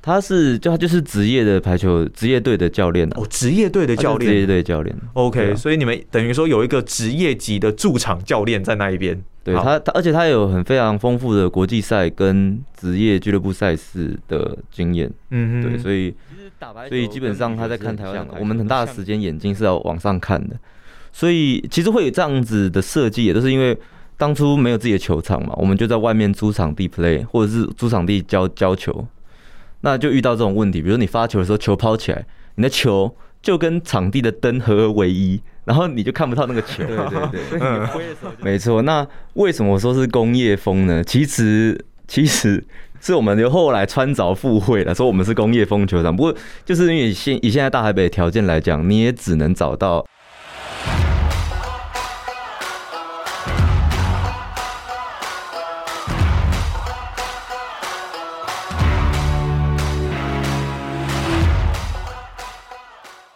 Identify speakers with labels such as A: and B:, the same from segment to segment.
A: 他是就他就是职业的排球职业队的教练啊，
B: 哦，职业队的
A: 他
B: 教
A: 就是职业
B: 练。
A: 队教练。对
B: OK，
A: 啊
B: 所以你们等于说有一个职业级的驻场教练在那一边。
A: 对
B: 好
A: 他，他而且他有很非常丰富的国际赛跟职业俱乐部赛事的经验，
B: 嗯
A: 对，
B: 哼，
A: 所以
C: 打排球
A: 所以基本上他在看台湾，我们很大的时
C: 间
A: 间眼睛是要往上看的，所以其实会有这样子的设计，也都是因为当初没有自己的球场嘛，我们就在外面租场地 play，或者是租场地教教球，那就遇到这种问题，比如你发球的时候球抛起来，你的球就跟场地的灯合而为一，然后你就看不到那个球。 对对对。
B: 嗯，
C: 挥的时候就
A: 没错，那为什么说是工业风呢？其实 其实是我们由后来穿凿附会了，说我们是工业风球场。不过就是因为以现以现在大台北的条件来讲，你也只能找到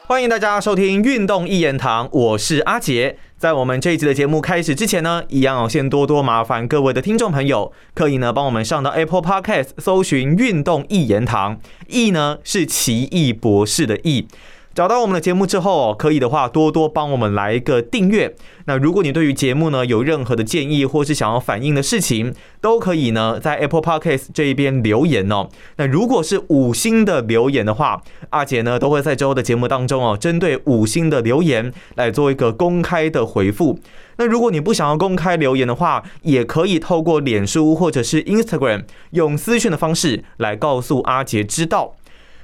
B: 欢迎大家收听《运动一言堂》，我是阿杰。在我们这一集的节目开始之前呢，一样哦，先多多麻烦各位的听众朋友，可以呢帮我们上到 Apple Podcast 搜寻“运动一言堂”，意呢是奇异博士的意。找到我们的节目之后哦，可以的话多多帮我们来一个订阅。那如果你对于节目呢有任何的建议，或是想要反映的事情，都可以呢在 Apple Podcast 这一边留言哦。那如果是五星的留言的话，阿杰呢都会在之后的节目当中哦，针对五星的留言来做一个公开的回复。那如果你不想要公开留言的话，也可以透过脸书或者是 Instagram 用私讯的方式来告诉阿杰知道。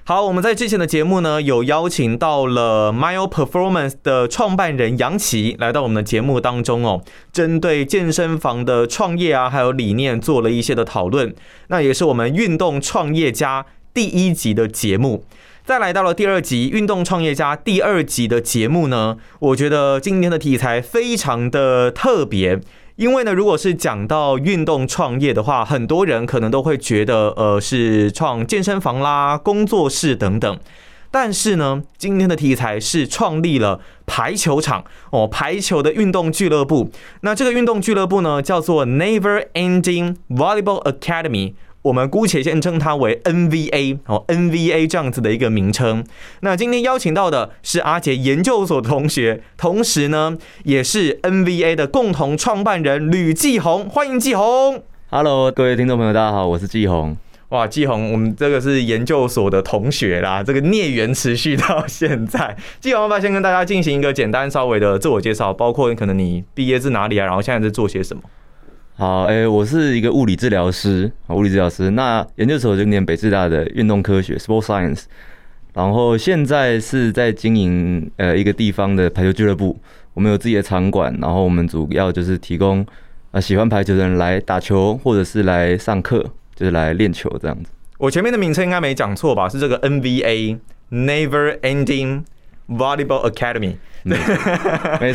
B: 好，我们在之前的节目呢，有邀请到了 Mile Performance 的创办人杨奇来到我们的节目当中哦，针对健身房的创业啊，还有理念做了一些的讨论。那也是我们运动创业家第一集的节目。再来到了第二集《运动创业家》第二集的节目呢，我觉得今天的题材非常的特别，因为呢，如果是讲到运动创业的话，很多人可能都会觉得，呃，是创健身房啦、工作室等等。但是呢，今天的题材是创立了排球场哦，排球的运动俱乐部。那这个运动俱乐部呢，叫做 Never Ending Volleyball Academy。我们姑且先称它为 NVA 哦，NVA 这样子的一个名称。那今天邀请到的是阿杰研究所的同学，同时呢也是 NVA 的共同创办人吕继红，欢迎继红。
A: Hello，各位听众朋友，大家好，我是季红。
B: 哇，季红，我们这个是研究所的同学啦，这个孽缘持续到现在。 季红要不要先跟大家进行一个简单稍微的自我介绍，包括可能你毕业自哪里啊，然后现在在做些什么？
A: 好，哎、我是一个物理治疗师，好物理治疗师。那研究所就念北师大的运动科学 （Sport Science），然后现在是在经营呃一个地方的排球俱乐部，我们有自己的场馆，然后我们主要就是提供呃喜欢排球的人来打球，或者是来上课，就是来练球这样子。
B: 我前面的名称应该没讲错吧？是这个 NVA Never Ending Volleyball Academy，
A: 没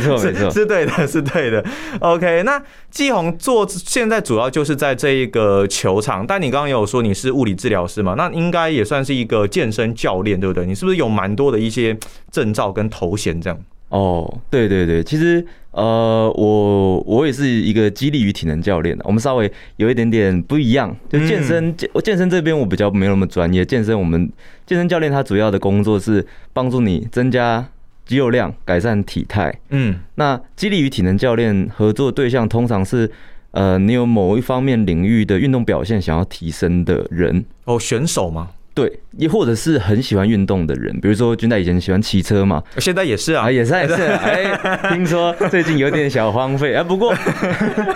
A: 错，没
B: 是
A: 错。
B: 是对的，是对的。OK，那季红做现在主要就是在这一个球场，但你刚刚有说你是物理治疗师嘛？那应该也算是一个健身教练，对不对？你是不是有蛮多的一些证照跟头衔这样？
A: 哦，对对对，其实呃，我我也是一个激励与体能教练啊的，我们稍微有一点点不一样，就健身，健我健身这边我比较没有那么专业，健身我们健身教练他主要的工作是帮助你增加肌肉量，改善体态。
B: 嗯
A: 那激励与体能教练合作对象通常是呃，你有某一方面领域的运动表现想要提升的人，
B: 哦，选手吗？
A: 对，也或者是很喜欢运动的人，比如说君代以前喜欢骑车嘛，
B: 现在也是啊
A: 啊，，也是也是，哎，听说最近有点小荒废啊。不过，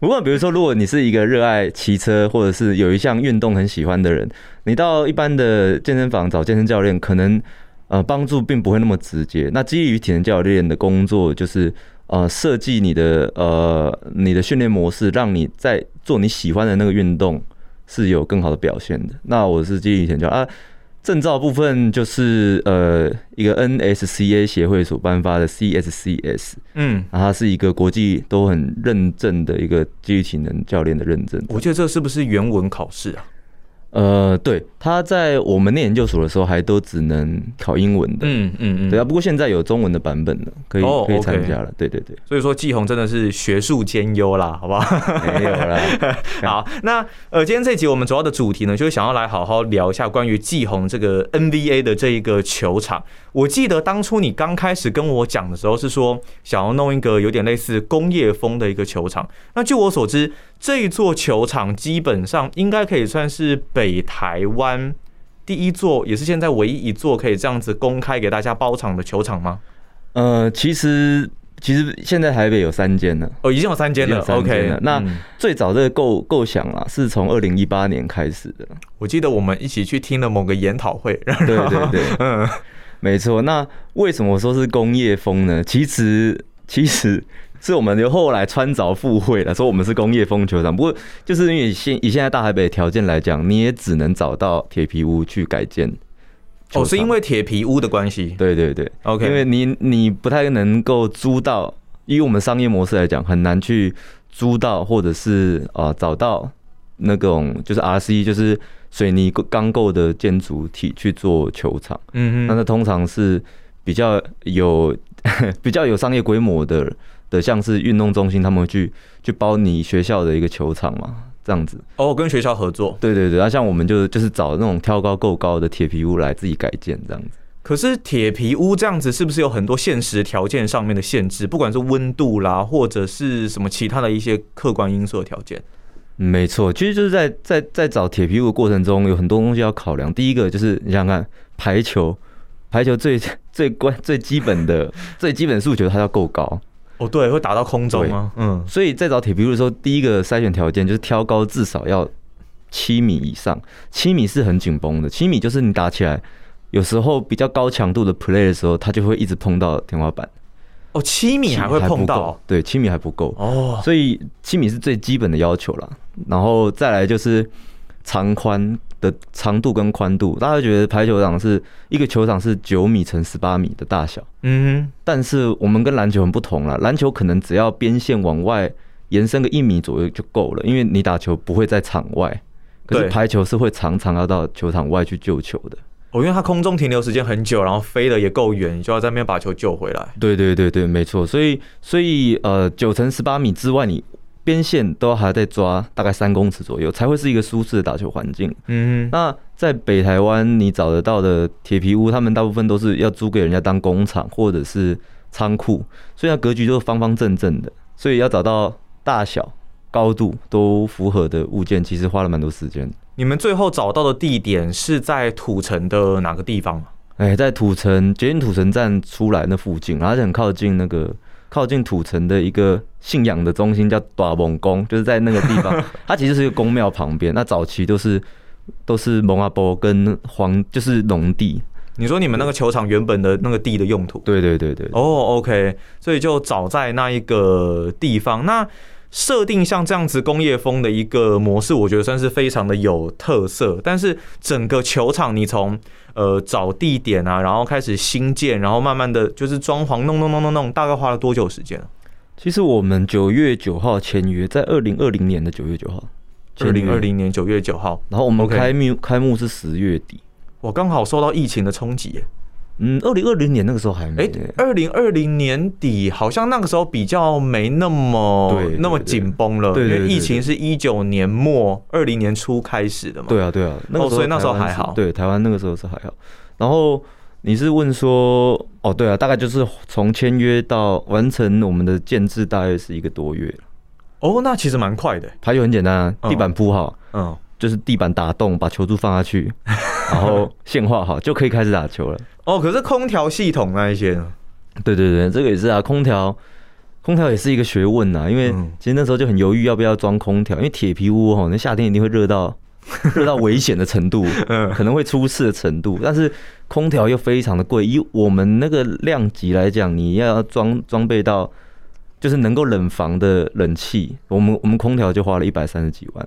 A: 不过，比如说，如果你是一个热爱骑车或者是有一项运动很喜欢的人，你到一般的健身房找健身教练，可能呃帮助并不会那么直接。那基于体能教练的工作就是呃设计你的呃你的训练模式，让你在做你喜欢的那个运动是有更好的表现的。那我是基于体能教啊。证照部分就是呃一个 NSCA 协会所颁发的 CSCS，
B: 嗯。
A: 啊，它是一个国际都很认证的一个肌力体能教练的认证。
B: 我记得这是不是原文考试啊？
A: 呃，对，他在我们念研究所的时候还都只能考英文的，
B: 嗯嗯
A: 对啊。不过现在有中文的版本了，可以、
B: 哦
A: 可以参
B: OK
A: 加了。对对对，
B: 所以说季红真的是学术兼优啦，好不好？
A: 没有 啦。
B: 好，那呃，今天这集我们主要的主题呢，就是想要来好好聊一下关于季红这个 NBA 的这一个球场。我记得当初你刚开始跟我讲的时候，是说想要弄一个有点类似工业风的一个球场。那据我所知，这一座球场基本上应该可以算是北台湾第一座，也是现在唯一一座可以这样子公开给大家包场的球场吗？
A: 呃，其实其实现在台北有三间了。
B: 哦，已经有三间了嗯
A: 已经有三
B: o
A: 间
B: k
A: 了那最早这个构构想啊，是从二零一八年开始的。
B: 我记得我们一起去听了某个研讨会，然 后
A: 对 对对，
B: 嗯
A: 没错。那为什么说是工业风呢？其实其实是我们由后来穿凿附会了，说我们是工业风球场。不过就是因为以现以现在大台北的条件来讲，你也只能找到铁皮屋去改建球场。
B: 哦，是 因为铁皮屋的关系。
A: 对对对
B: OK，
A: 因为你你不太能够租到，以我们商业模式来讲，很难去租到或者是啊、呃找到那种就是 RC 就是水泥钢构的建筑体去做球场，
B: 嗯
A: 那
B: 哼，
A: 那通常是比较有 比较有商业规模的的，像是运动中心，他们会去去包你学校的一个球场嘛。这样子，
B: 哦，跟学校合作。
A: 对对对，那、像我们就就是找那种挑高够高的铁皮屋来自己改建这样子。
B: 可是铁皮屋这样子是不是有很多现实条件上面的限制？不管是温度啦，或者是什么其他的一些客观因素的条件。
A: 嗯没错，其实就是在在在找铁皮屋的过程中，有很多东西要考量。第一个就是你想想看，排球，排球最最关最基本的最基本诉求，它要够高。
B: 哦，对，会打到空中吗？嗯，
A: 所以在找铁皮屋的时候，第一个筛选条件就是挑高至少要七米以上，七米是很紧绷的，七米就是你打起来。有时候比较高强度的 play 的时候，它就会一直碰到天花板。
B: 哦，七米还会
A: 不
B: 碰
A: 够
B: 到。
A: 对，七米还不够。
B: 哦，
A: 所以七米是最基本的要求啦，然后再来就是长宽的长度跟宽度，大家觉得排球场是一个球场是九米乘十八米的大小，
B: 嗯
A: 但是我们跟篮球很不同啦，篮球可能只要边线往外延伸个一米左右就够了，因为你打球不会在场外，可是
B: 对
A: 排球是会常常要到球场外去救球的。
B: 哼，哦，因为它空中停留时间很久，然后飞的也够远，你就要在那边把球救回来。
A: 对对对对，没错。所以所以呃，九乘十八米之外，你边线都还在抓大概三公尺左右，才会是一个舒适的打球环境。
B: 嗯哼，
A: 那在北台湾，你找得到的铁皮屋，他们大部分都是要租给人家当工厂或者是仓库，所以它格局就是方方正正的。所以要找到大小、高度都符合的物件，其实花了蛮多时间。
B: 你们最后找到的地点是在土城的哪个地方啊？
A: 哎，在土城捷运土城站出来那附近，然后就很靠近那个靠近土城的一个信仰的中心，叫大蒙宫，就是在那个地方，它其实是一个宫庙旁边。那早期都是都是蒙阿波跟黄，就是农地。
B: 你说你们那个球场原本的那个地的用途？
A: 对对对对，
B: 哦、o k 所以就找在那一个地方。那设定像这样子工业风的一个模式，我觉得算是非常的有特色。但是整个球场，你从呃找地点啊，然后开始新建，然后慢慢的就是装潢弄弄弄弄弄，大概花了多久时间？啊
A: 其实我们九月九号签约，在二零二零年的九月九号，
B: 二零
A: 签
B: 二
A: 约，
B: 零年九月九号，
A: 然后我们
B: OK
A: 开幕开幕是十月底。
B: 我刚好受到疫情的冲击耶。
A: 嗯，二零二零年那个时候还没
B: 哎，二零二零年底好像那个时候比较没那么
A: 对对
B: 那么紧绷了，
A: 对对对
B: 因为疫
A: 对对
B: 情是一九年末二零年初开始的嘛。
A: 对啊，对啊，那个时候、
B: 哦所以那时候还好
A: 对，台湾那个时候是还好。然后你是问说，哦，对啊，大概就是从签约到完成我们的建制，大约是一个多月。
B: 哦，那其实蛮快的。
A: 排球很简单啊，地板铺好，
B: 嗯，
A: 就是地板打洞，把球柱放下去，然后线画好，就可以开始打球了。
B: 哦，可是空调系统那一些呢？
A: 对对对，这个也是啊，空调。空调也是一个学问呐、啊因为
B: 嗯
A: 其实那时候就很犹豫要不要装空调，因为铁皮屋哈，那夏天一定会热到热到危险的程度。
B: 嗯，
A: 可能会出事的程度，但是空调又非常的贵，以我们那个量级来讲，你要装装备到就是能够冷房的冷气，我们我们空调就花了一百三十几万。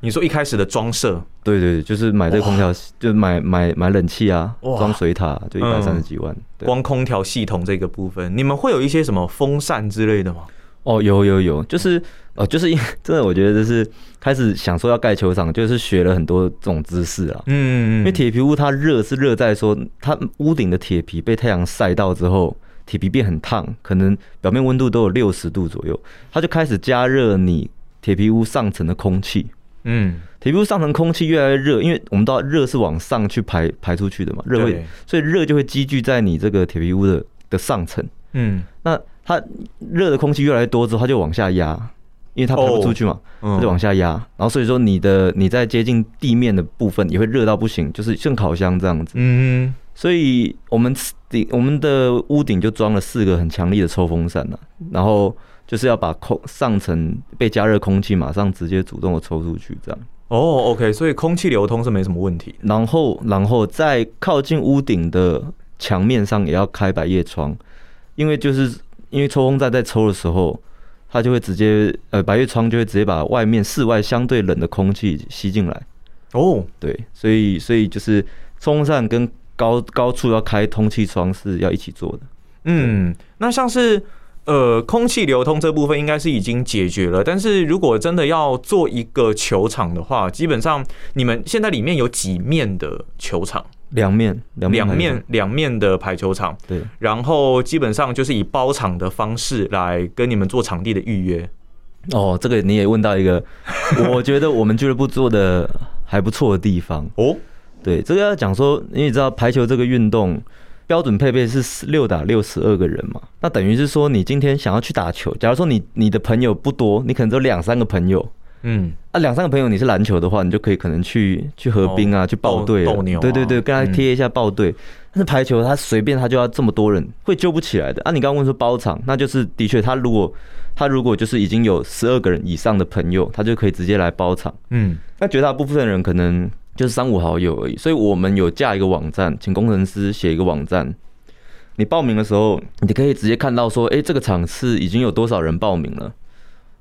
B: 你说一开始的装设，
A: 对对，对就是买这个空调，就买买买冷气啊，
B: 哇
A: 装水塔啊就一百三
B: 嗯
A: 十几万。对，
B: 光空调系统这个部分，你们会有一些什么风扇之类的吗？
A: 哦，有有有，就是呃，就是因真的，我觉得就是开始想说要盖球场，就是学了很多这种知识啊。
B: 嗯，
A: 因为铁皮屋它热是热在说它屋顶的铁皮被太阳晒到之后，铁皮变很烫，可能表面温度都有六十度左右，它就开始加热你铁皮屋上层的空气。
B: 嗯，
A: 铁皮屋上层空气越来越热，因为我们知道热是往上去排排出去的嘛，热会
B: 对，
A: 所以热就会积聚在你这个铁皮屋的的上层。
B: 嗯
A: 那它热的空气越来越多之后，它就往下压，因为它排不出去嘛，它
B: 嗯，
A: 就往下压。然后所以说你的你在接近地面的部分也会热到不行，就是像烤箱这样子。
B: 嗯
A: 所以我们顶我们的屋顶就装了四个很强力的抽风扇呐、然后就是要把空上层被加热空气马上直接主动的抽出去这样。
B: 哦，OK，所以空气流通是没什么问题的。
A: 然后然后在靠近屋顶的墙面上也要开百叶窗，因为就是因为抽风站在抽的时候，它就会直接呃百叶窗就会直接把外面室外相对冷的空气吸进来，
B: 哦，
A: 对，所以所以就是抽风扇跟高高处要开通气窗是要一起做的。
B: 嗯，那像是呃空气流通这部分应该是已经解决了，但是如果真的要做一个球场的话，基本上你们现在里面有几面的球场？
A: 两面两面
B: 两
A: 排
B: 面两面的排球场，
A: 对
B: 然后基本上就是以包场的方式来跟你们做场地的预约。
A: 哦，这个你也问到一个，我觉得我们俱乐部做的还不错的地方。
B: 哦，
A: 对，这个要讲说，因为你知道排球这个运动标准配备是六打六十二个人嘛，那等于是说你今天想要去打球，假如说你你的朋友不多，你可能只有两三个朋友。
B: 嗯，
A: 啊，两三个朋友你是篮球的话，你就可以可能去去合兵啊，
B: 哦
A: 去报队了、
B: 斗斗牛啊
A: 对对对，跟他
B: 嗯
A: 贴一下报队。但是排球他随便他就要这么多人，会揪不起来的。啊，你刚刚问说包场，那就是的确他如果他如果就是已经有十二个人以上的朋友，他就可以直接来包场。
B: 嗯，
A: 那绝大部分人可能就是三五好友而已，所以我们有架一个网站，请工程师写一个网站。你报名的时候，你可以直接看到说，诶，这个场次已经有多少人报名了。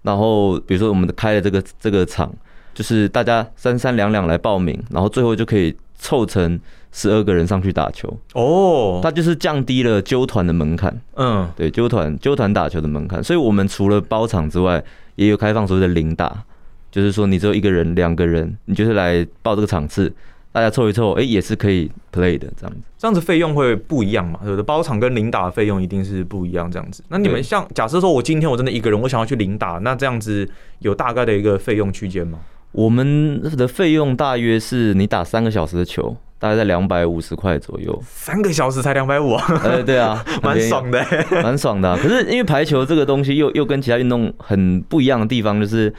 A: 然后比如说我们开了这个这个场，就是大家三三两两来报名，然后最后就可以凑成十二个人上去打球。
B: 哦，
A: 它就是降低了纠团的门槛，
B: 嗯，
A: 对纠团纠团打球的门槛。所以我们除了包场之外，也有开放所谓的零打，就是说你只有一个人、两个人，你就是来报这个场次，大家凑一凑，哎、也是可以 play 的这样子。
B: 这样子费用会不一样嘛？对不对？包场跟零打的费用一定是不一样，这样子。那你们
A: 对
B: 像假设说我今天我真的一个人，我想要去零打，那这样子有大概的一个费用区间吗？。
A: 我们的费用大约是你打三个小时的球，大概在两百五十块左右
B: 三个小时才两百五啊，
A: 呃，对啊，很
B: 蛮
A: 便宜
B: 爽的、欸。
A: 蛮爽的啊、可是因为排球这个东西又又跟其他运动很不一样的地方，就是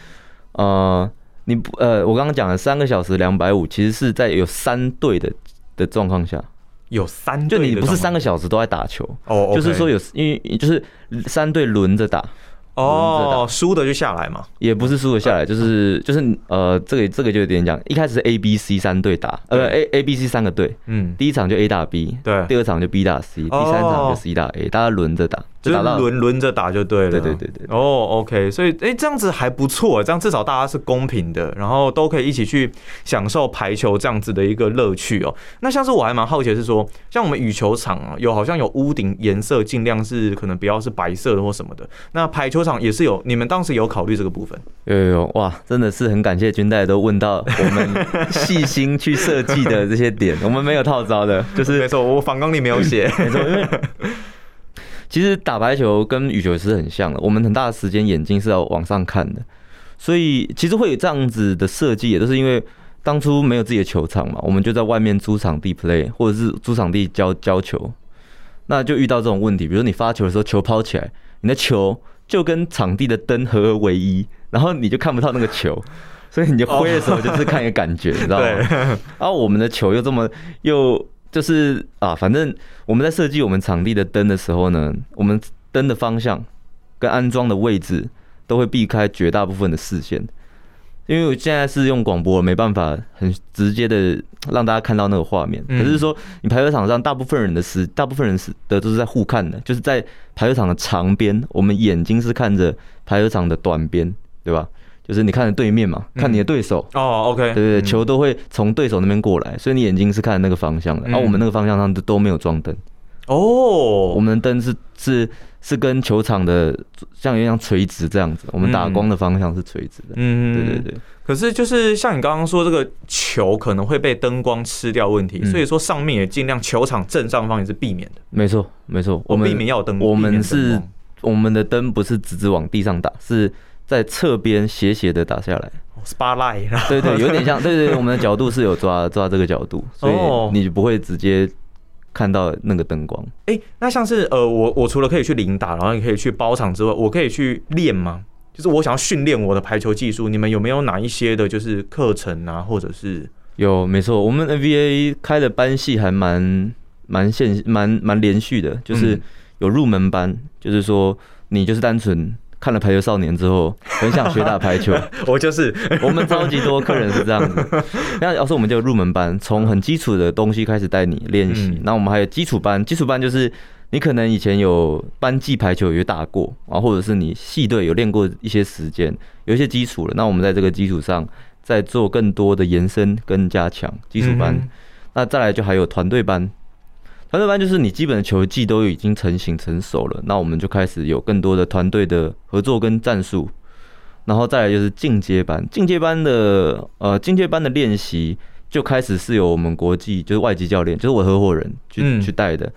A: 呃，你不呃，我刚刚讲的三个小时两百五，其实是在有三队的的状况下，
B: 有三
A: 就
B: 队
A: 你
B: 的
A: 不是
B: 状
A: 三个小时都在打球，
B: 况哦，OK，
A: 就是说有因为就是三队轮着打，
B: 哦，输的就下来嘛。
A: 也不是输了下来，就是
B: 啊
A: 就是呃，这个这个就有点讲，一开始是 A、B、C 三队打，呃 A A、B、C 三个队，
B: 嗯，
A: 第一场就 A 打 B，
B: 对哦
A: 第二场就 B 打 C，第三场就 C 打 A，、大家轮着打，
B: 就是
A: 打到
B: 轮轮着打就对了。
A: 对对对对。
B: 哦、o k 所以哎、诶这样子还不错，这样至少大家是公平的，然后都可以一起去享受排球这样子的一个乐趣哦。那像是我还蛮好奇的是说，像我们羽球场啊，有好像有屋顶颜色尽量是可能不要是白色的或什么的，那排球场也是有，你们当时有考虑这个部分？
A: 有有有哇，真的是很感谢军代都问到我们细心去设计的这些 点，我们没有套招的，就
B: 没
A: 是
B: 错，我反纲里没有写。
A: 没错，因为其实打排球跟羽球是很像的，我们很大的时间眼睛是要往上看的，所以其实会有这样子的设计，也都是因为当初没有自己的球场嘛，我们就在外面租场地 play，或者是租场地教教球，那就遇到这种问题，比如你发球的时候球抛起来，你的球就跟场地的灯合而为一，然后你就看不到那个球。所以你就挥的时候就是看一个感觉，你知道 吗？然啊后我们的球又这么又就是啊，反正我们在设计我们场地的灯的时候呢，我们灯的方向跟安装的位置都会避开绝大部分的视线，因为我现在是用广播，没办法很直接的让大家看到那个画面。
B: 嗯
A: 可是说，你排球场上大部分人的时，大部分人是的都是在互看的，就是在排球场的长边，我们眼睛是看着排球场的短边，对吧？就是你看着对面嘛，看你的对手，
B: 哦
A: 对
B: ，OK，
A: 对对，
B: 嗯
A: 球都会从对手那边过来，所以你眼睛是看那个方向的，
B: 嗯
A: 然后我们那个方向上都都没有装灯，我
B: 哦，
A: 们的灯是是是跟球场的像一样垂直这样子，我们打光的方向是垂直的。
B: 嗯
A: 对对。对，
B: 可是就是像你刚刚说，这个球可能会被灯光吃掉问题，
A: 嗯
B: 所以说上面也尽量球场正上方也是避免的，
A: 没错没错，我们
B: 避免要有灯光。
A: 我
B: 避免
A: 们
B: 灯
A: 是
B: 光
A: 我们的灯不是直直往地上打，是在侧边斜斜的打下来。
B: 哦 spotlight，然后
A: 对对，有点像，对对，对我们的角度是有抓抓这个角度，所
B: 哦
A: 以你不会直接看到那个灯光。
B: 哎、那像是呃，我我除了可以去领打，然后也可以去包场之外，我可以去练吗？就是我想要训练我的排球技术，你们有没有哪一些的，就是课程啊，或者是
A: 有，没错，我们 NBA 开的班系还蛮蛮线蛮蛮连续的，就是
B: 嗯
A: 有入门班，就是说你就是单纯看了《排球少年》之后，很想学打排球。
B: 我就是嗯
A: 我们超级多客人是这样子，那要是我们就有入门班，从很基础的东西开始带你练习
B: 嗯。
A: 那、我们还有基础班，基础班就是你可能以前有班级排球有打过啊，或者是你系队有练过一些时间，有一些基础了。那我们在这个基础上再做更多的延伸跟加强，基础班。
B: 嗯
A: 那再来就还有团队班。团队班就是你基本的球技都已经成型成熟了，那我们就开始有更多的团队的合作跟战术，然后再来就是进阶班，进阶班的呃进阶班的练习就开始是由我们国际就是外籍教练，就是我合伙人去、
B: 嗯
A: 去带的。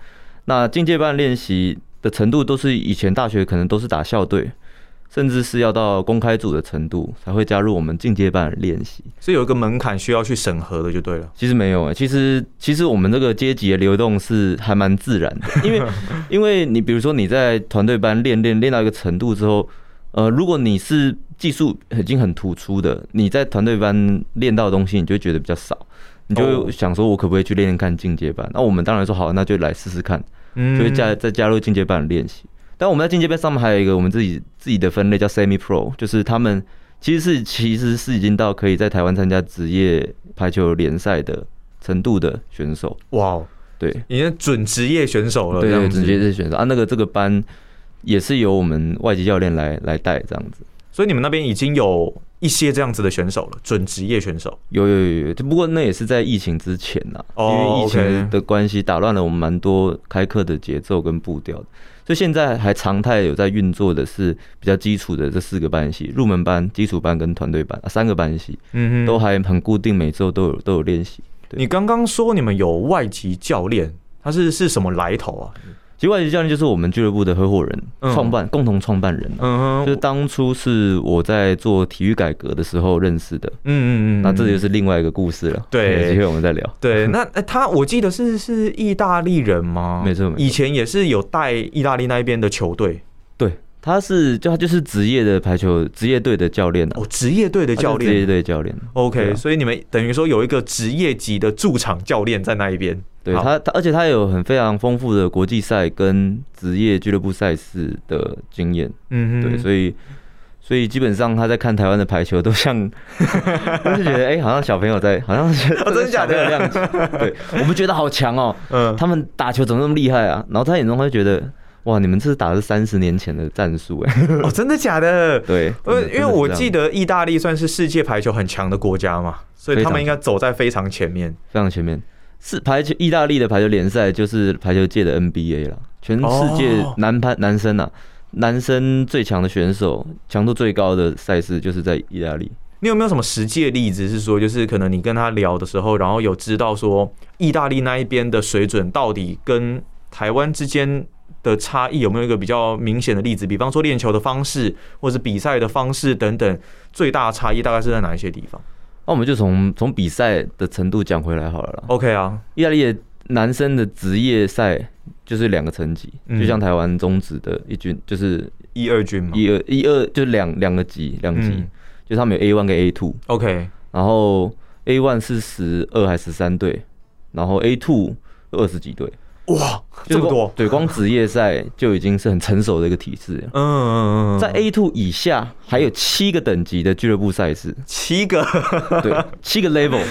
A: 那进阶班练习的程度都是以前大学可能都是打校队，甚至是要到公开组的程度才会加入我们进阶班练习。
B: 是有一个门槛需要去审核的，就对了。
A: 其实没有欸诶、其实其实我们这个阶级的流动是还蛮自然的，因为因为你比如说你在团队班练练练到一个程度之后，呃，如果你是技术已经很突出的，你在团队班练到的东西，你就会觉得比较少，你就
B: 哦
A: 会想说我可不可以去练练看进阶班？那我们当然说好，那就来试试看，
B: 嗯
A: 就会加再加入进阶班的练习。但我们在进阶班上面还有一个我们自己自己的分类叫 semi pro，就是他们其实是其实是已经到可以在台湾参加职业排球联赛的程度的选手，
B: 哇哦，
A: 对
B: 你是准职业选手了，
A: 对
B: 这
A: 对，
B: 样子
A: 职业选手啊，那个这个班也是由我们外籍教练来来带这样子。
B: 所以你们那边已经有一些这样子的选手了，准职业选手。
A: 有有有有，只不过那也是在疫情之前呐、
B: 哦
A: 因为疫
B: OK
A: 情的关系打乱了我们蛮多开课的节奏跟步调的，所以现在还常态有在运作的是比较基础的这四个班系：入门班、基础班跟团队班、啊、三个班系
B: 嗯
A: 都还很固定，每周都有都有练习。对
B: 你刚刚说你们有外籍教练，他是是什么来头啊？
A: 其实外籍教练就是我们俱乐部的合伙人、
B: 嗯
A: 创办共同创办人啊、
B: 嗯哼
A: 就是当初是我在做体育改革的时候认识的，
B: 嗯嗯嗯，
A: 那这就是另外一个故事了。
B: 对
A: 有机会我们再聊。
B: 对，那呃他我记得是是意大利人吗？
A: 没错没错
B: 以前也是有带意大利那一边的球队
A: 对，他是就他就是职业的排球职业队的教练啊，
B: 哦，职业队的教
A: 他是职业
B: 练。
A: 队教练。
B: OK，、
A: 对啊
B: 所以你们等于说有一个职业级的驻场教练在那一边。
A: 对
B: 好
A: 他，他而且他有很非常丰富的国际赛跟职业俱乐部赛事的经验，
B: 嗯
A: 对，
B: 以
A: 所以所以基本上他在看台湾的排球都像， 都是觉得哎、好像小朋友在，好像是、
B: 哦真的假的
A: 这样子，对我们觉得好强哦，
B: 嗯，
A: 他们打球怎么那么厉害啊？然后他眼中他就觉得哇，你们这是打的三十年前的战术哎、
B: 哦，真的假 的？
A: 对，
B: 呃，因为我记
A: 得
B: 得意大利算是世界排球很强的国家嘛，所以他们应该走在非常前面。
A: 非常前面。是排球，意大利的排球联赛就是排球界的 NBA 啦，全世界
B: 哦
A: 男排、男生啊，男生最强的选手，强度最高的赛事就是在意大利。
B: 你有没有什么实际的例子？是说，就是可能你跟他聊的时候，然后有知道说意大利那一边的水准到底跟台湾之间的差异有没有一个比较明显的例子？比方说练球的方式，或是比赛的方式等等，最大的差异大概是在哪一些地方
A: 那我们就从从比赛的程度讲回来好了啦。
B: ？OK 啊，
A: 意大利的男生的职业赛就是两个层级，
B: 嗯
A: 就像台湾中职的一军，就是
B: 一二军嘛，
A: 一二一二，就是两两个级，两级，
B: 哦嗯
A: 就他们有 A one 跟 A two，
B: OK，
A: 然后 A one 是十二还是三队，然后 A two 二十几队。
B: 哇，
A: 就
B: 这
A: 是
B: 么
A: 光
B: 多，
A: 对，光职业赛就已经是很成熟的一个体制了。
B: 嗯嗯嗯，
A: 在 A two 以下还有七个等级的俱乐部赛事，
B: 七个，
A: 对，七个 level，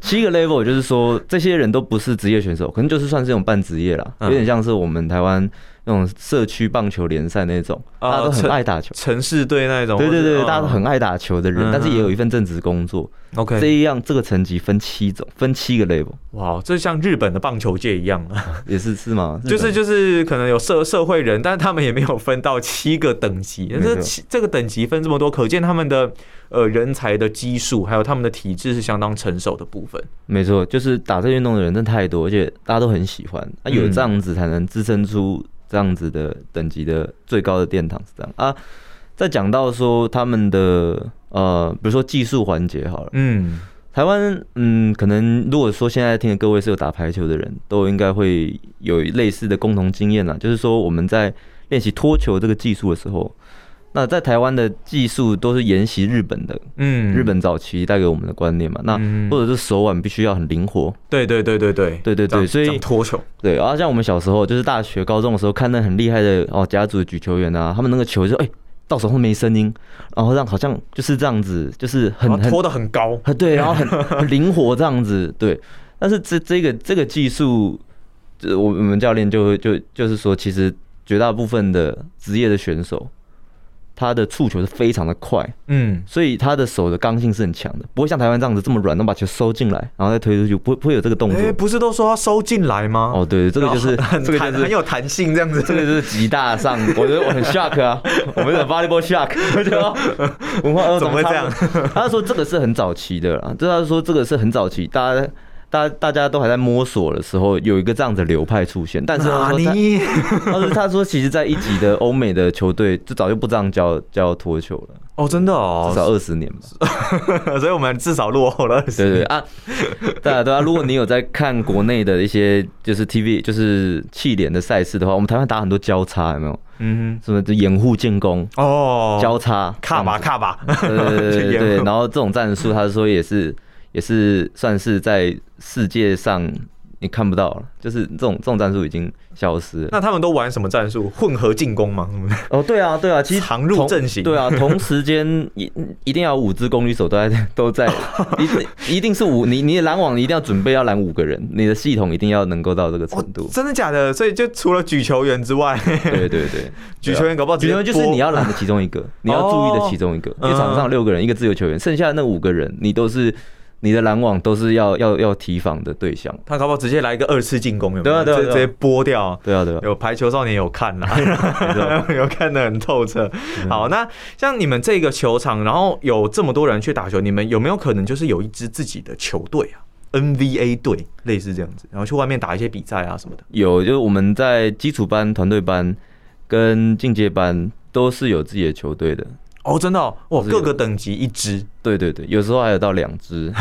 A: 七个 level 就是说这些人都不是职业选手，可能就是算是这种半职业啦，
B: 嗯
A: 有点像是我们台湾那种社区棒球联赛那种，
B: 哦
A: 大家都很
B: 城
A: 爱打球。
B: 城市队那一种，
A: 对对对，大家都很
B: 嗯
A: 爱打球的
B: 嗯
A: 人，但是也有一份正职工作。这
B: OK。
A: 一样这个层级分七种，分七个 level，
B: 哇，这像日本的棒球界一样啊，
A: 也是是吗？日
B: 就
A: 本
B: 是就是可能有社社会人，但是他们也没有分到七个等级，
A: 没错
B: 这七这个等级分这么多，可见他们的呃人才的基数，还有他们的体制是相当成熟的部分。
A: 没错，就是打这运动的人真的太多，而且大家都很喜欢。啊，有
B: 嗯
A: 这样子才能支撑出这样子的等级的最高的殿堂是这样啊。再讲到说他们的呃，比如说技术环节好了，
B: 嗯，
A: 台湾嗯，可能如果说现在听的各位是有打排球的人，都应该会有类似的共同经验啦，就是说我们在练习脱球这个技术的时候，那在台湾的技术都是沿袭日本的，
B: 嗯
A: 日本早期带给我们的观念嘛，那。
B: 嗯
A: 或者是手腕必须要很灵活，
B: 对对对对对
A: 对对对
B: 讲
A: 所以
B: 讲脱球，
A: 对。然、后像我们小时候，就是大学、高中的时候，看那很厉害的哦，甲组的举球员啊，他们那个球就哎、到手后没声音，然后让好像就是这样子，就是很
B: 然后
A: 很
B: 拖的很高，
A: 很对，然后很很灵活这样子，对。但是这这个这个技术，这我我们教练就会就就是说，其实绝大部分的职业的选手，他的触球是非常的快，
B: 嗯，
A: 所以他的手的刚性是很强的，不会像台湾这样子这么软，能把球收进来，然后再推出去，不会不会有这个动作。
B: 哎，不是都说要收进来吗？
A: 哦，对，这个 就是
B: 然后很
A: 这个
B: 弹
A: 就是
B: 很有弹性这样子，
A: 这个就是极大上，我觉得我很 shock 啊， 我们的 volleyball shock，我 觉得 文化呃
B: 怎么会这样？
A: 他们他说这个是很早期的啦，就是他说这个是很早期，大家大大家都还在摸索的时候，有一个这样子的流派出现，但是他
B: 啊
A: 说他
B: 你
A: 他说他说其实在一级的欧美的球队就早就不这样教教脱球了，
B: 哦，真的哦
A: 至，少二十年吧。
B: 所以我们至少落后了20，
A: 对对啊，对啊对啊！如果你有在看国内的一些就是 TV 就是气联的赛事的话，我们台湾打很多交叉，有没有？
B: 嗯
A: 什么掩护进攻、
B: 哼，哦，
A: 交叉、
B: 卡吧卡吧，
A: 对对 对对
B: 掩
A: 对，
B: 护
A: 然后这种战术，他说也是也是算是在世界上你看不到了，就是这种这种战术已经消失了。
B: 那他们都玩什么战术？混合进攻吗？
A: 哦，对啊，对啊，其实
B: 藏入
A: 同
B: 阵型
A: 对啊，同时间 一一定要五支攻击手都在 都在，一定一定是五，你你的拦网一定要准备要拦五个人，你的系统一定要能够到这个程度。
B: 真的假的？所以就除了举球员之 外，
A: 哦对对对，
B: 啊举球员搞不好直
A: 举
B: 接
A: 球员哦就是
B: 拨
A: 你要拦的其中一 个，你要注意的其中一个，因为场上六个人，一个自由球员，剩下那五个人你都是你的拦网都是要要要提防的对象。
B: 他搞不好直接来一个二次进攻，有没
A: 对
B: 有？
A: 啊对啊
B: 直
A: 对
B: 接
A: 啊
B: 直接拨掉。
A: 对啊对啊，
B: 有排球少年有看 啦，
A: 没错。
B: 有看得很透彻。好，那像你们这个球场，然后有这么多人去打球，你们有没有可能就是有一支自己的球队啊？NVA 队类似这样子，然后去外面打一些比赛啊什么的。
A: 有，就是我们在基础班、团队班跟进阶班都是有自己的球队的。
B: 哦，真的哦，哇，
A: 是有
B: 各个等级一支，
A: 对对对，有时候还有到两 支。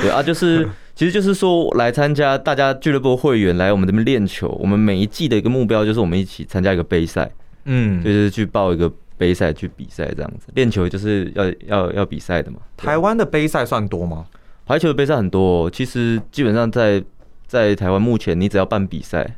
A: 对啊， 就是其实就是说来参加大家俱乐部会员来我们这边练球，我们每一季的一个目标就是我们一起参加一个杯赛，
B: 嗯
A: 就，是去报一个杯赛去比赛这样子。练球就是要要要比赛的嘛。
B: 台湾的杯赛算多吗？
A: 排球的杯赛很多、哦，其实基本上在在台湾目前，你只要办比赛，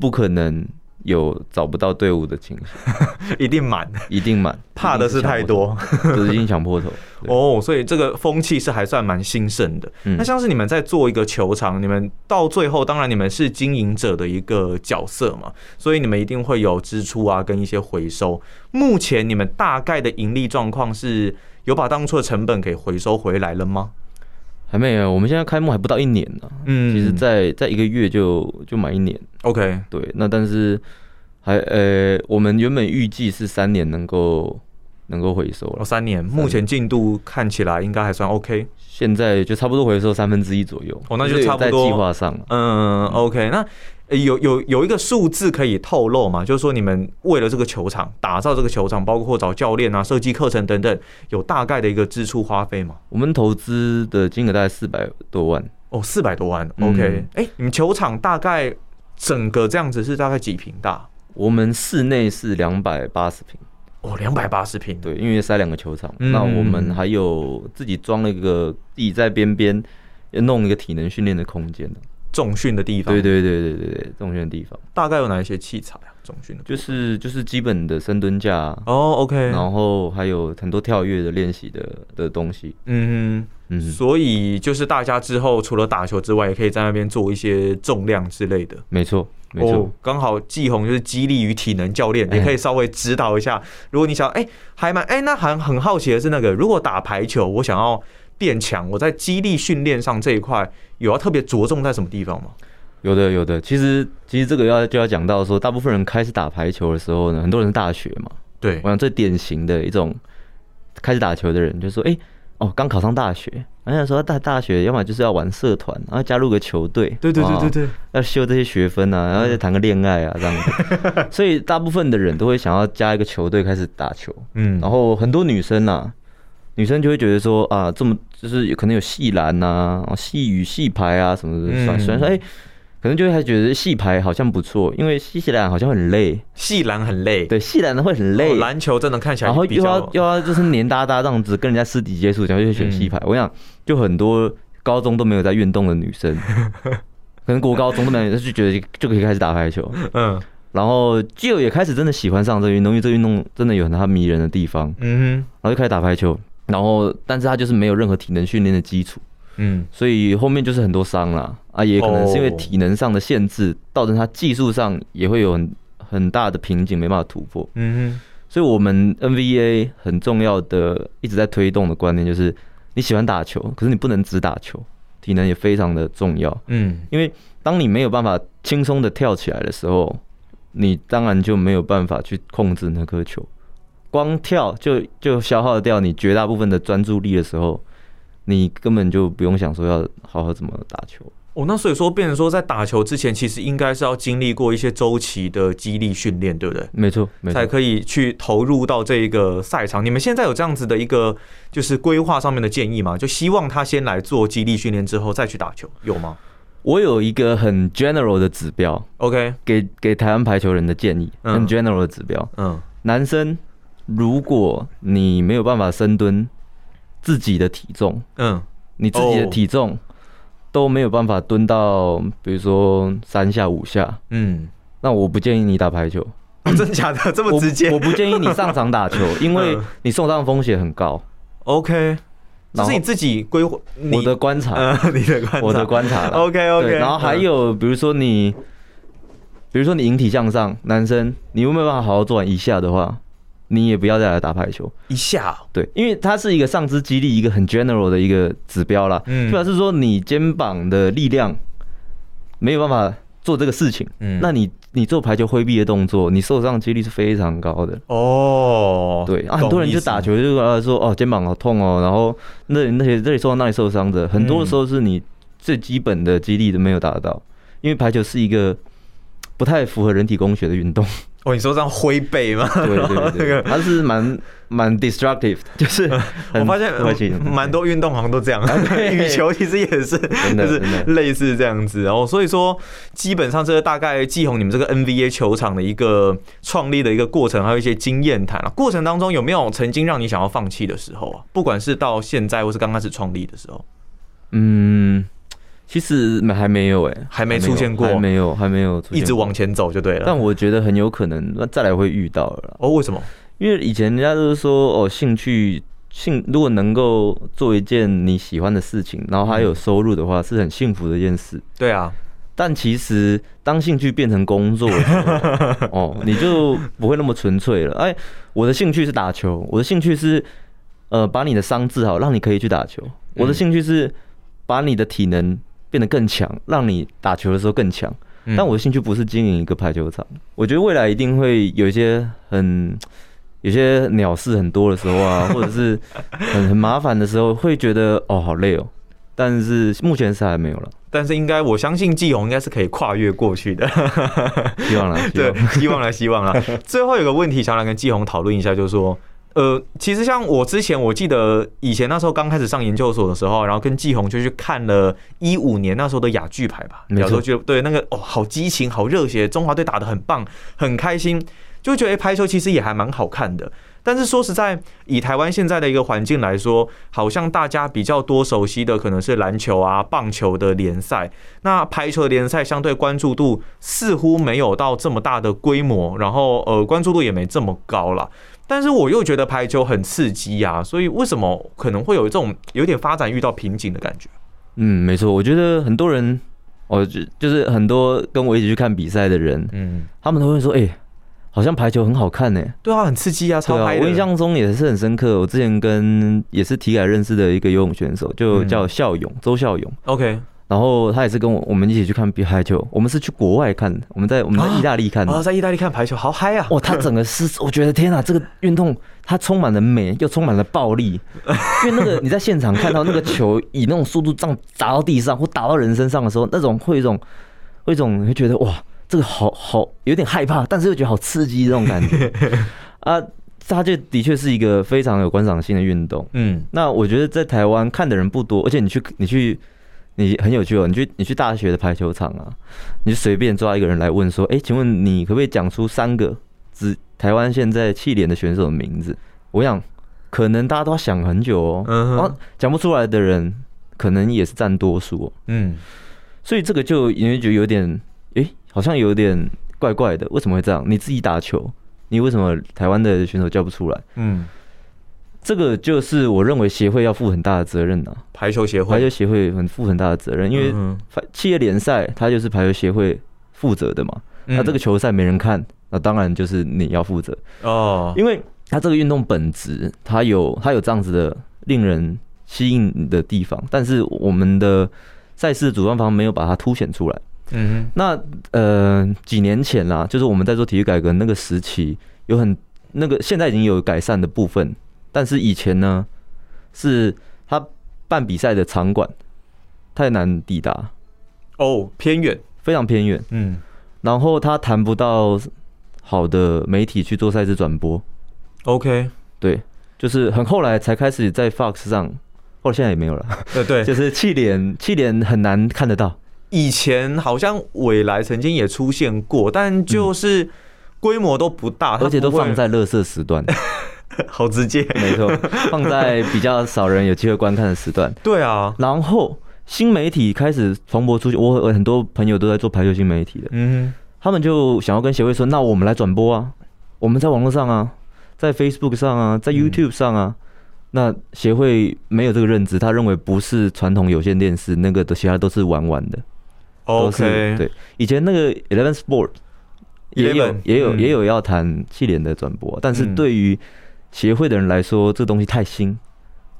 A: 不可能有找不到队伍的情形，
B: 一定满，
A: 一定满。
B: 怕的是太多
A: 就是已经抢破头。对
B: 哦，所以这个风气是还算蛮兴盛的。
A: 嗯
B: 那像是你们在做一个球场，你们到最后，当然你们是经营者的一个角色嘛，所以你们一定会有支出啊，跟一些回收。目前你们大概的盈利状况是有把当初的成本给回收回来了吗？
A: 还没有，我们现在开幕还不到一年呢、
B: 嗯
A: 其实在在一个月就就满一年。
B: OK，
A: 对，那但是还呃，我们原本预计是三年能够能够回收
B: 哦，
A: 了，
B: 三年，目前进度看起来应该还算 OK。
A: 现在就差不多回收三分之一左右。
B: 哦那就
A: 这个
B: 差不
A: 在
B: 多
A: 计划上了。啊
B: 嗯，OK，那呃有有有一个数字可以透露嘛？就是说你们为了这个球场打造这个球场，包括找教练啊、设计课程等等，有大概的一个支出花费吗？
A: 我们投资的金额大概四百多万，
B: 哦，四百多万
A: 嗯
B: ，OK，哎、你们球场大概整个这样子是大概几平大？
A: 我们室内是两百八十平，
B: 哦，两百八十平，
A: 对，因为塞两个球场，
B: 嗯
A: 那我们还有自己装了一个自己在边边弄一个体能训练的空间的啊
B: 重训的地方，
A: 对，对对对对对，重训的地方
B: 大概有哪一些器材啊？重训的地
A: 就是就是基本的深蹲架啊、
B: 方哦，OK，
A: 然后还有很多跳跃的练习的的东西。
B: 嗯
A: 嗯
B: 哼，，所以就是大家之后除了打球之外，也可以在那边做一些重量之类的。
A: 没错没错。
B: 哦，刚好季红就是激励于体能教练，
A: 哎
B: 也可以稍微指导一下。如果你想，哎、还蛮哎、那很很好奇的是，那个如果打排球，我想要变强，我在激励训练上这一块有要特别着重在什么地方吗？
A: 有的有的，其实其实这个要就要讲到说，大部分人开始打排球的时候呢，很多人是大学嘛，
B: 对
A: 我，想最典型的一种开始打球的人，就说，哎、哦，刚考上大学，然后想说啊大大学，要么就是要玩社团，然后加入个球队，
B: 对对对对嗯
A: 哦
B: 对，
A: 要修这些学分啊，然后再谈个恋爱啊这样子，所以大部分的人都会想要加一个球队开始打球，
B: 嗯，
A: 然后很多女生啊，女生就会觉得说啊，这么就是可能有系篮呐、啊、系羽、系排啊什么的，
B: 嗯
A: 虽然虽然说哎、可能就会还觉得系排好像不错，因为系篮好像很累，
B: 细篮很累，
A: 对，系篮会很累，
B: 哦篮球真的看起来
A: 然后
B: 比
A: 又要
B: 较嗯
A: 又要就是黏哒哒这样子跟人家肢体接触，然后就选系排。我想就很多高中都没有在运动的女 生，可能国高中都没有，就觉得就可以开始打排球，
B: 嗯
A: 然后就也开始真的喜欢上这个运动，因为这个运动真的有很它迷人的地方。
B: 嗯
A: 然后就开始打排球，然后但是他就是没有任何体能训练的基础，
B: 哼嗯
A: 所以后面就是很多伤啦，啊，也可能是因为体能上的限制，造成他技术上也会有很很大的瓶颈，没办法突破。
B: 嗯
A: 所以我们 NBA 很重要的一直在推动的观念就是，你喜欢打球，可是你不能只打球，体能也非常的重要，
B: 哼嗯
A: 因为当你没有办法轻松的跳起来的时候，你当然就没有办法去控制那颗球。光跳就就消耗掉你绝大部分的专注力的时候，你根本就不用想说要好好怎么打球。
B: 哦，那所以说，变成说在打球之前，其实应该是要经历过一些周期的激励训练，对不对？
A: 没错，没
B: 才
A: 错。
B: 可以去投入到这一个赛场。你们现在有这样子的一个就是规划上面的建议吗？就希望他先来做激励训练之后再去打球，有吗
A: 我有一个很 general 的指标，
B: ？OK，
A: 给给台湾排球人的建议，
B: 嗯
A: 很 general 的指标。
B: 嗯
A: 男生，如果你没有办法深蹲自己的体重，
B: 嗯
A: 你自己的
B: 哦
A: 体重都没有办法蹲到，比如说三下五下，
B: 嗯、
A: 那我不建议你打排球，
B: 哦真的假的这么
A: 我
B: 直接
A: 我不建议你上场打 球，因为
B: 嗯
A: 你受伤风险很高。
B: ？OK，这
A: 然后
B: 是你自己规划，你
A: 我的观察，
B: 呃 嗯你的观察，
A: 我的观 察啦。
B: OK OK，
A: 对，然后还有比如说你，比如说你引体向上，男生你有没有办法好好做完一下的话，你也不要再来打排球。
B: 一下，
A: 对，因为它是一个上肢肌力一个很 general 的一个指标啦，
B: 嗯
A: 就表示说你肩膀的力量没有办法做这个事情，
B: 嗯
A: 那你你做排球挥臂的动作，你受伤的几率是非常高的。
B: 哦，
A: 对啊，很多人就打球就呃说哦肩膀好痛哦，然后那里那些这里受伤那里受伤的，很
B: 嗯
A: 多时候是你最基本的肌力都没有达到，因为排球是一个不太符合人体工学的 运动。
B: 哦，你说这样挥背吗？
A: 对对
B: 那
A: 对，
B: 个。
A: 它是蛮蛮 destructive，的 就是很
B: 我发现
A: 不会去
B: 嗯蛮多运动好像都这样， 羽球其实也是，
A: 的
B: 就是
A: 啊真的
B: 类似这样子。然后所以说，基本上这个大概季红你们这个 NBA 球场的一个创立的一个过程，还有一些经验谈啊。过程当中有没有曾经让你想要放弃的时候啊？不管是到现在，或是刚开始创立的时候，
A: 嗯，其实还没有哎、
B: 还没出现过
A: 还没有，还没有出现过
B: 一直往前走就对了
A: 但。我觉得很有可能，那再来会遇到了啦。
B: 哦，为什么？
A: 因为以前人家都是说，哦，兴趣兴，如果能够做一件你喜欢的事情，然后还
B: 嗯
A: 有收入的话，是很幸福的一件事。
B: 对啊，
A: 但其实当兴趣变成工作的时 候，哦，你就不会那么纯粹了。哎，我的兴趣是打球，我的兴趣是呃把你的伤治好，让你可以去打球。我的兴趣是把你的体能变得更强，让你打球的时候更强。
B: 嗯
A: 但我的兴趣不是经营一个排球场，我觉得未来一定会有一些很。有些鸟事很多的时候啊， 或者是很很麻烦的时候，会觉得哦好累哦。但是目前是还没有了，
B: 但是应该我相信季红应该是可以跨越过去的。
A: 希望啦。希望
B: 对，希望啦，希望啦。最后有个问题想来跟季红讨论一下，就是说，呃，其实像我之前，我记得以前那时候刚开始上研究所的时候，然后跟季红就去看了一五年那时候的亚巨排吧，
A: 没错
B: 亚洲巨对那个哦，好激哎情，好热血，中华队打得很棒，很开心，就觉得、诶排球其实也还蛮好看的。但是说实在，以台湾现在的一个环境来说，好像大家比较多熟悉的可能是篮球啊、棒球的联赛，那排球的联赛相对关注度似乎没有到这么大的规模，然后呃关注度也没这么高啦。但是我又觉得排球很刺激呀、所以为什么可能会有这种有点发展遇到瓶颈的感觉？
A: 嗯，没错，我觉得很多人，哦，就就是很多跟我一起去看比赛的人，
B: 嗯，
A: 他们都会说，哎、好像排球很好看呢、
B: 对啊，很刺激啊，
A: 对
B: 超
A: 啊
B: 嗨，的。
A: 我印象中也是很深刻。我之前跟也是体改认识的一个游泳选手，就
B: 嗯
A: 叫笑勇，周笑勇。
B: OK，
A: 然后他也是跟我我们一起去看比排球，我们是去国外看的，我们在我们在意大利看的。
B: 啊，在意大利看排球好嗨啊！
A: 哦哇，他整个是， 我觉得天哪，这个运动它充满了美，又充满了暴力。因为那个你在现场看到那个球以那种速度这样砸到地上或打到人身上的时候，那种会有一种，会有一种你会觉得哇，这个好好有点害怕，但是又觉得好刺激这种感觉啊。它就的确是一个非常有观赏性的运动。
B: 嗯，
A: 那我觉得在台湾看的人不多，而且你去你去你很有趣哦，你去你去大学的排球场啊，你就随便抓一个人来问说，哎、请问你可不可以讲出三个指台湾现在弃联的选手的名字？我想可能大家都要想很久哦，
B: 嗯哼
A: 然后讲不出来的人可能也是占多数哦，
B: 嗯，
A: 所以这个就你会觉得有点，哎、好像有点怪怪的，为什么会这样？你自己打球，你为什么台湾的选手叫不出来？
B: 嗯，
A: 这个就是我认为协会要负很大的责任啊。
B: 排球协
A: 排
B: 会，
A: 球协会很负很大的责任，因为
B: 嗯
A: 排企业联赛它就是排球协会负责的嘛。
B: 嗯
A: 那这个球赛没人看，那当然就是你要负责，
B: 哦，
A: 因为它这个运动本质，它有它有这样子的令人吸引的地方，但是我们的赛事主办方没有把它凸显出来。
B: 嗯
A: 那呃，几年前啦，就是我们在做体育改革那个时期，有很那个现在已经有改善的部分，但是以前呢，是他办比赛的场馆太难抵达，
B: 哼，哦，偏远，
A: 非常偏远，
B: 嗯，
A: 然后他谈不到好的媒体去做赛事转播，
B: OK，
A: 对，就是很后来才开始在 Fox 上，后来现在也没有了，
B: 呃，对，
A: 就是气脸气脸很难看得到，
B: 以前好像未来曾经也出现过，但就是规模都不大，它
A: 而且都
B: 不会
A: 放在乐色时段。
B: 好 直接，
A: 没错，放在比较少人有机会观看的时段。
B: 对啊，
A: 然后新媒体开始蓬勃出去，我我很多朋友都在做排球新媒体的，
B: 嗯
A: 他们就想要跟协会说，那我们来转播啊，我们在网络上啊，在 Facebook 上啊，在 YouTube 上啊。那协会没有这个认知，他认为不是传统有线电视那个的，其他都是玩玩的，都是
B: ，OK，
A: 对。以前那个 Eleven Sport 也有
B: 11
A: 也有、
B: 嗯
A: 也有要谈气联的转播，啊但是
B: 嗯
A: 对于协会的人来说，这东西太新，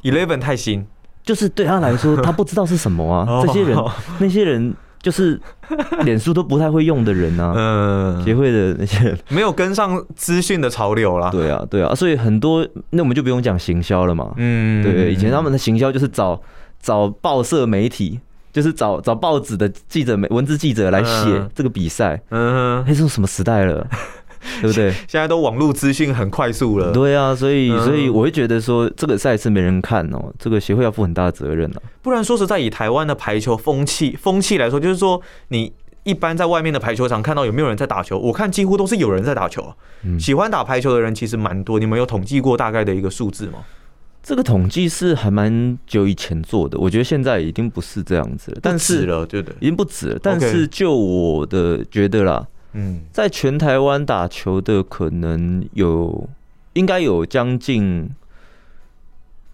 B: ，Eleven 太新，
A: 就是对他来说，他不知道是什么
B: 哦
A: 啊。这些人，那些人就是脸书都不太会用的人啊，
B: 嗯，
A: 协会的那些 人。
B: 没有跟上资讯的潮流啦，
A: 对啊，对啊，所以很多那我们就不用讲行销了嘛。
B: 嗯，
A: 对，以前他们的行销就是找找报社媒体，就是找找报纸的记者、文字记者来写
B: 嗯
A: 这个比赛。
B: 嗯哼，
A: 那是什么时代 了，对不对？
B: 现在都网络资讯很快速了，
A: 对啊，所以
B: 嗯
A: 所以我会觉得说这个赛事没人看哦，这个协会要负很大的责任啊。
B: 不然说实在，以台湾的排球风气风气来说，就是说你。一般在外面的排球场看到有没有人在打球，我看几乎都是有人在打球啊。
A: 嗯
B: 喜欢打排球的人其实蛮多，你们有统计过大概的一个数字吗？
A: 这个统计是还蛮久以前做的，我觉得现在已经不是这样子了，但
B: 不止
A: 是
B: 了，对不对？
A: 已经不止了。但是就我的觉得啦，
B: 嗯，
A: 在全台湾打球的可能有，应该有将近，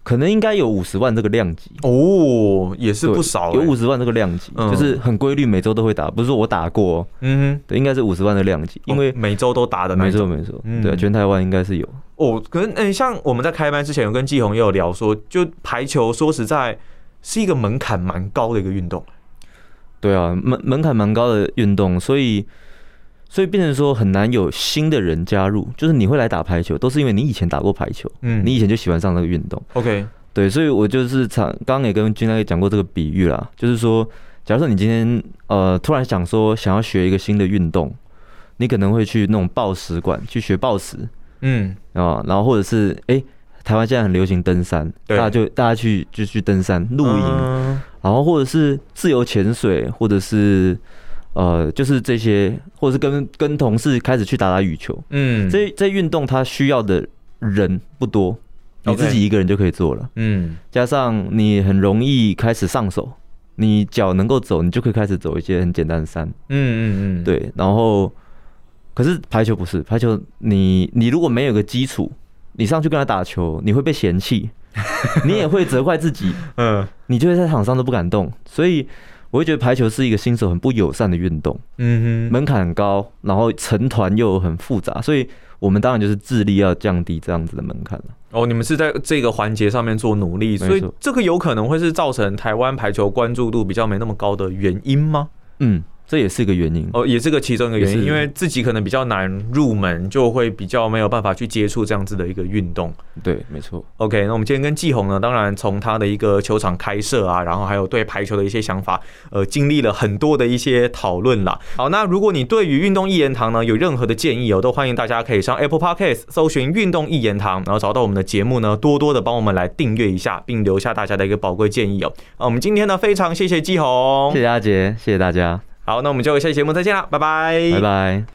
A: 可能应该有五十万这个量级。
B: 哦，也是不少、欸，
A: 有五十万这个量级，
B: 嗯
A: 就是很规律，每周都会打，不是说我打过哦，
B: 嗯
A: 对，应该是五十万的量级，
B: 哼，
A: 因为
B: 哦每周都打的那
A: 没
B: 一
A: 错
B: 种。
A: 没错
B: 嗯，
A: 对，全台湾应该是有，
B: 哦，可能嗯、像我们在开班之前有跟季红也有聊说，就排球说实在是一个门槛蛮高的一个运动。
A: 对啊，门门槛蛮高的运动，所以所以变成说很难有新的人加入，就是你会来打排球，都是因为你以前打过排球，
B: 嗯
A: 你以前就喜欢上那个运动，
B: OK，
A: 对，所以我就是常刚刚也跟君大哥讲过这个比喻啦，就是说，假如说你今天呃突然想说想要学一个新的运动，你可能会去那种报石馆去学报石
B: 嗯，
A: 啊，然后或者是诶，台湾现在很流行登山，大
B: 对
A: 家就大家去就去登山露营，啊
B: 嗯
A: 然后或者是自由潜水，或者是呃，就是这些，或者是跟跟同事开始去打打羽球，
B: 嗯，
A: 这这运动它需要的人不多，你
B: OK
A: 自己一个人就可以做了。
B: 嗯，
A: 加上你很容易开始上手，你脚能够走，你就可以开始走一些很简单的山。
B: 嗯嗯嗯，，
A: 对，然后可是排球不是排球你，你如果没有个基础，你上去跟他打球，你会被嫌 弃，你也会责怪自己，
B: 嗯
A: 你就会在场上都不敢动。所以我会觉得排球是一个新手很不友善的运动，
B: 嗯哼，
A: 门槛很高，然后成团又很复杂，所以我们当然就是致力要降低这样子的门槛了。
B: 哦，你们是在这个环节上面做努力，
A: 错
B: 所以这个有可能会是造成台湾排球关注度比较没那么高的原因吗？
A: 嗯，这也是一个原因。
B: 哦，也是个其中一个原
A: 也
B: 因，
A: 是
B: 因为自己可能比较难入门，就会比较没有办法去接触这样子的一个运动。
A: 对，没错。
B: OK，那我们今天跟季红呢，当然从他的一个球场开设啊，然后还有对排球的一些想法，呃，经历了很多的一些讨论啦。好，那如果你对于运动一言堂呢有任何的建议哦，都欢迎大家可以上 Apple Podcast 搜寻“运动一言堂”，然后找到我们的节目呢，多多的帮我们来订阅一下，并留下大家的一个宝贵建议哦。啊，我们今天呢非常谢谢季红
A: 谢，谢阿杰，谢谢大家，哎
B: 好，那我们就下期节目再见啦，拜拜，
A: 拜拜。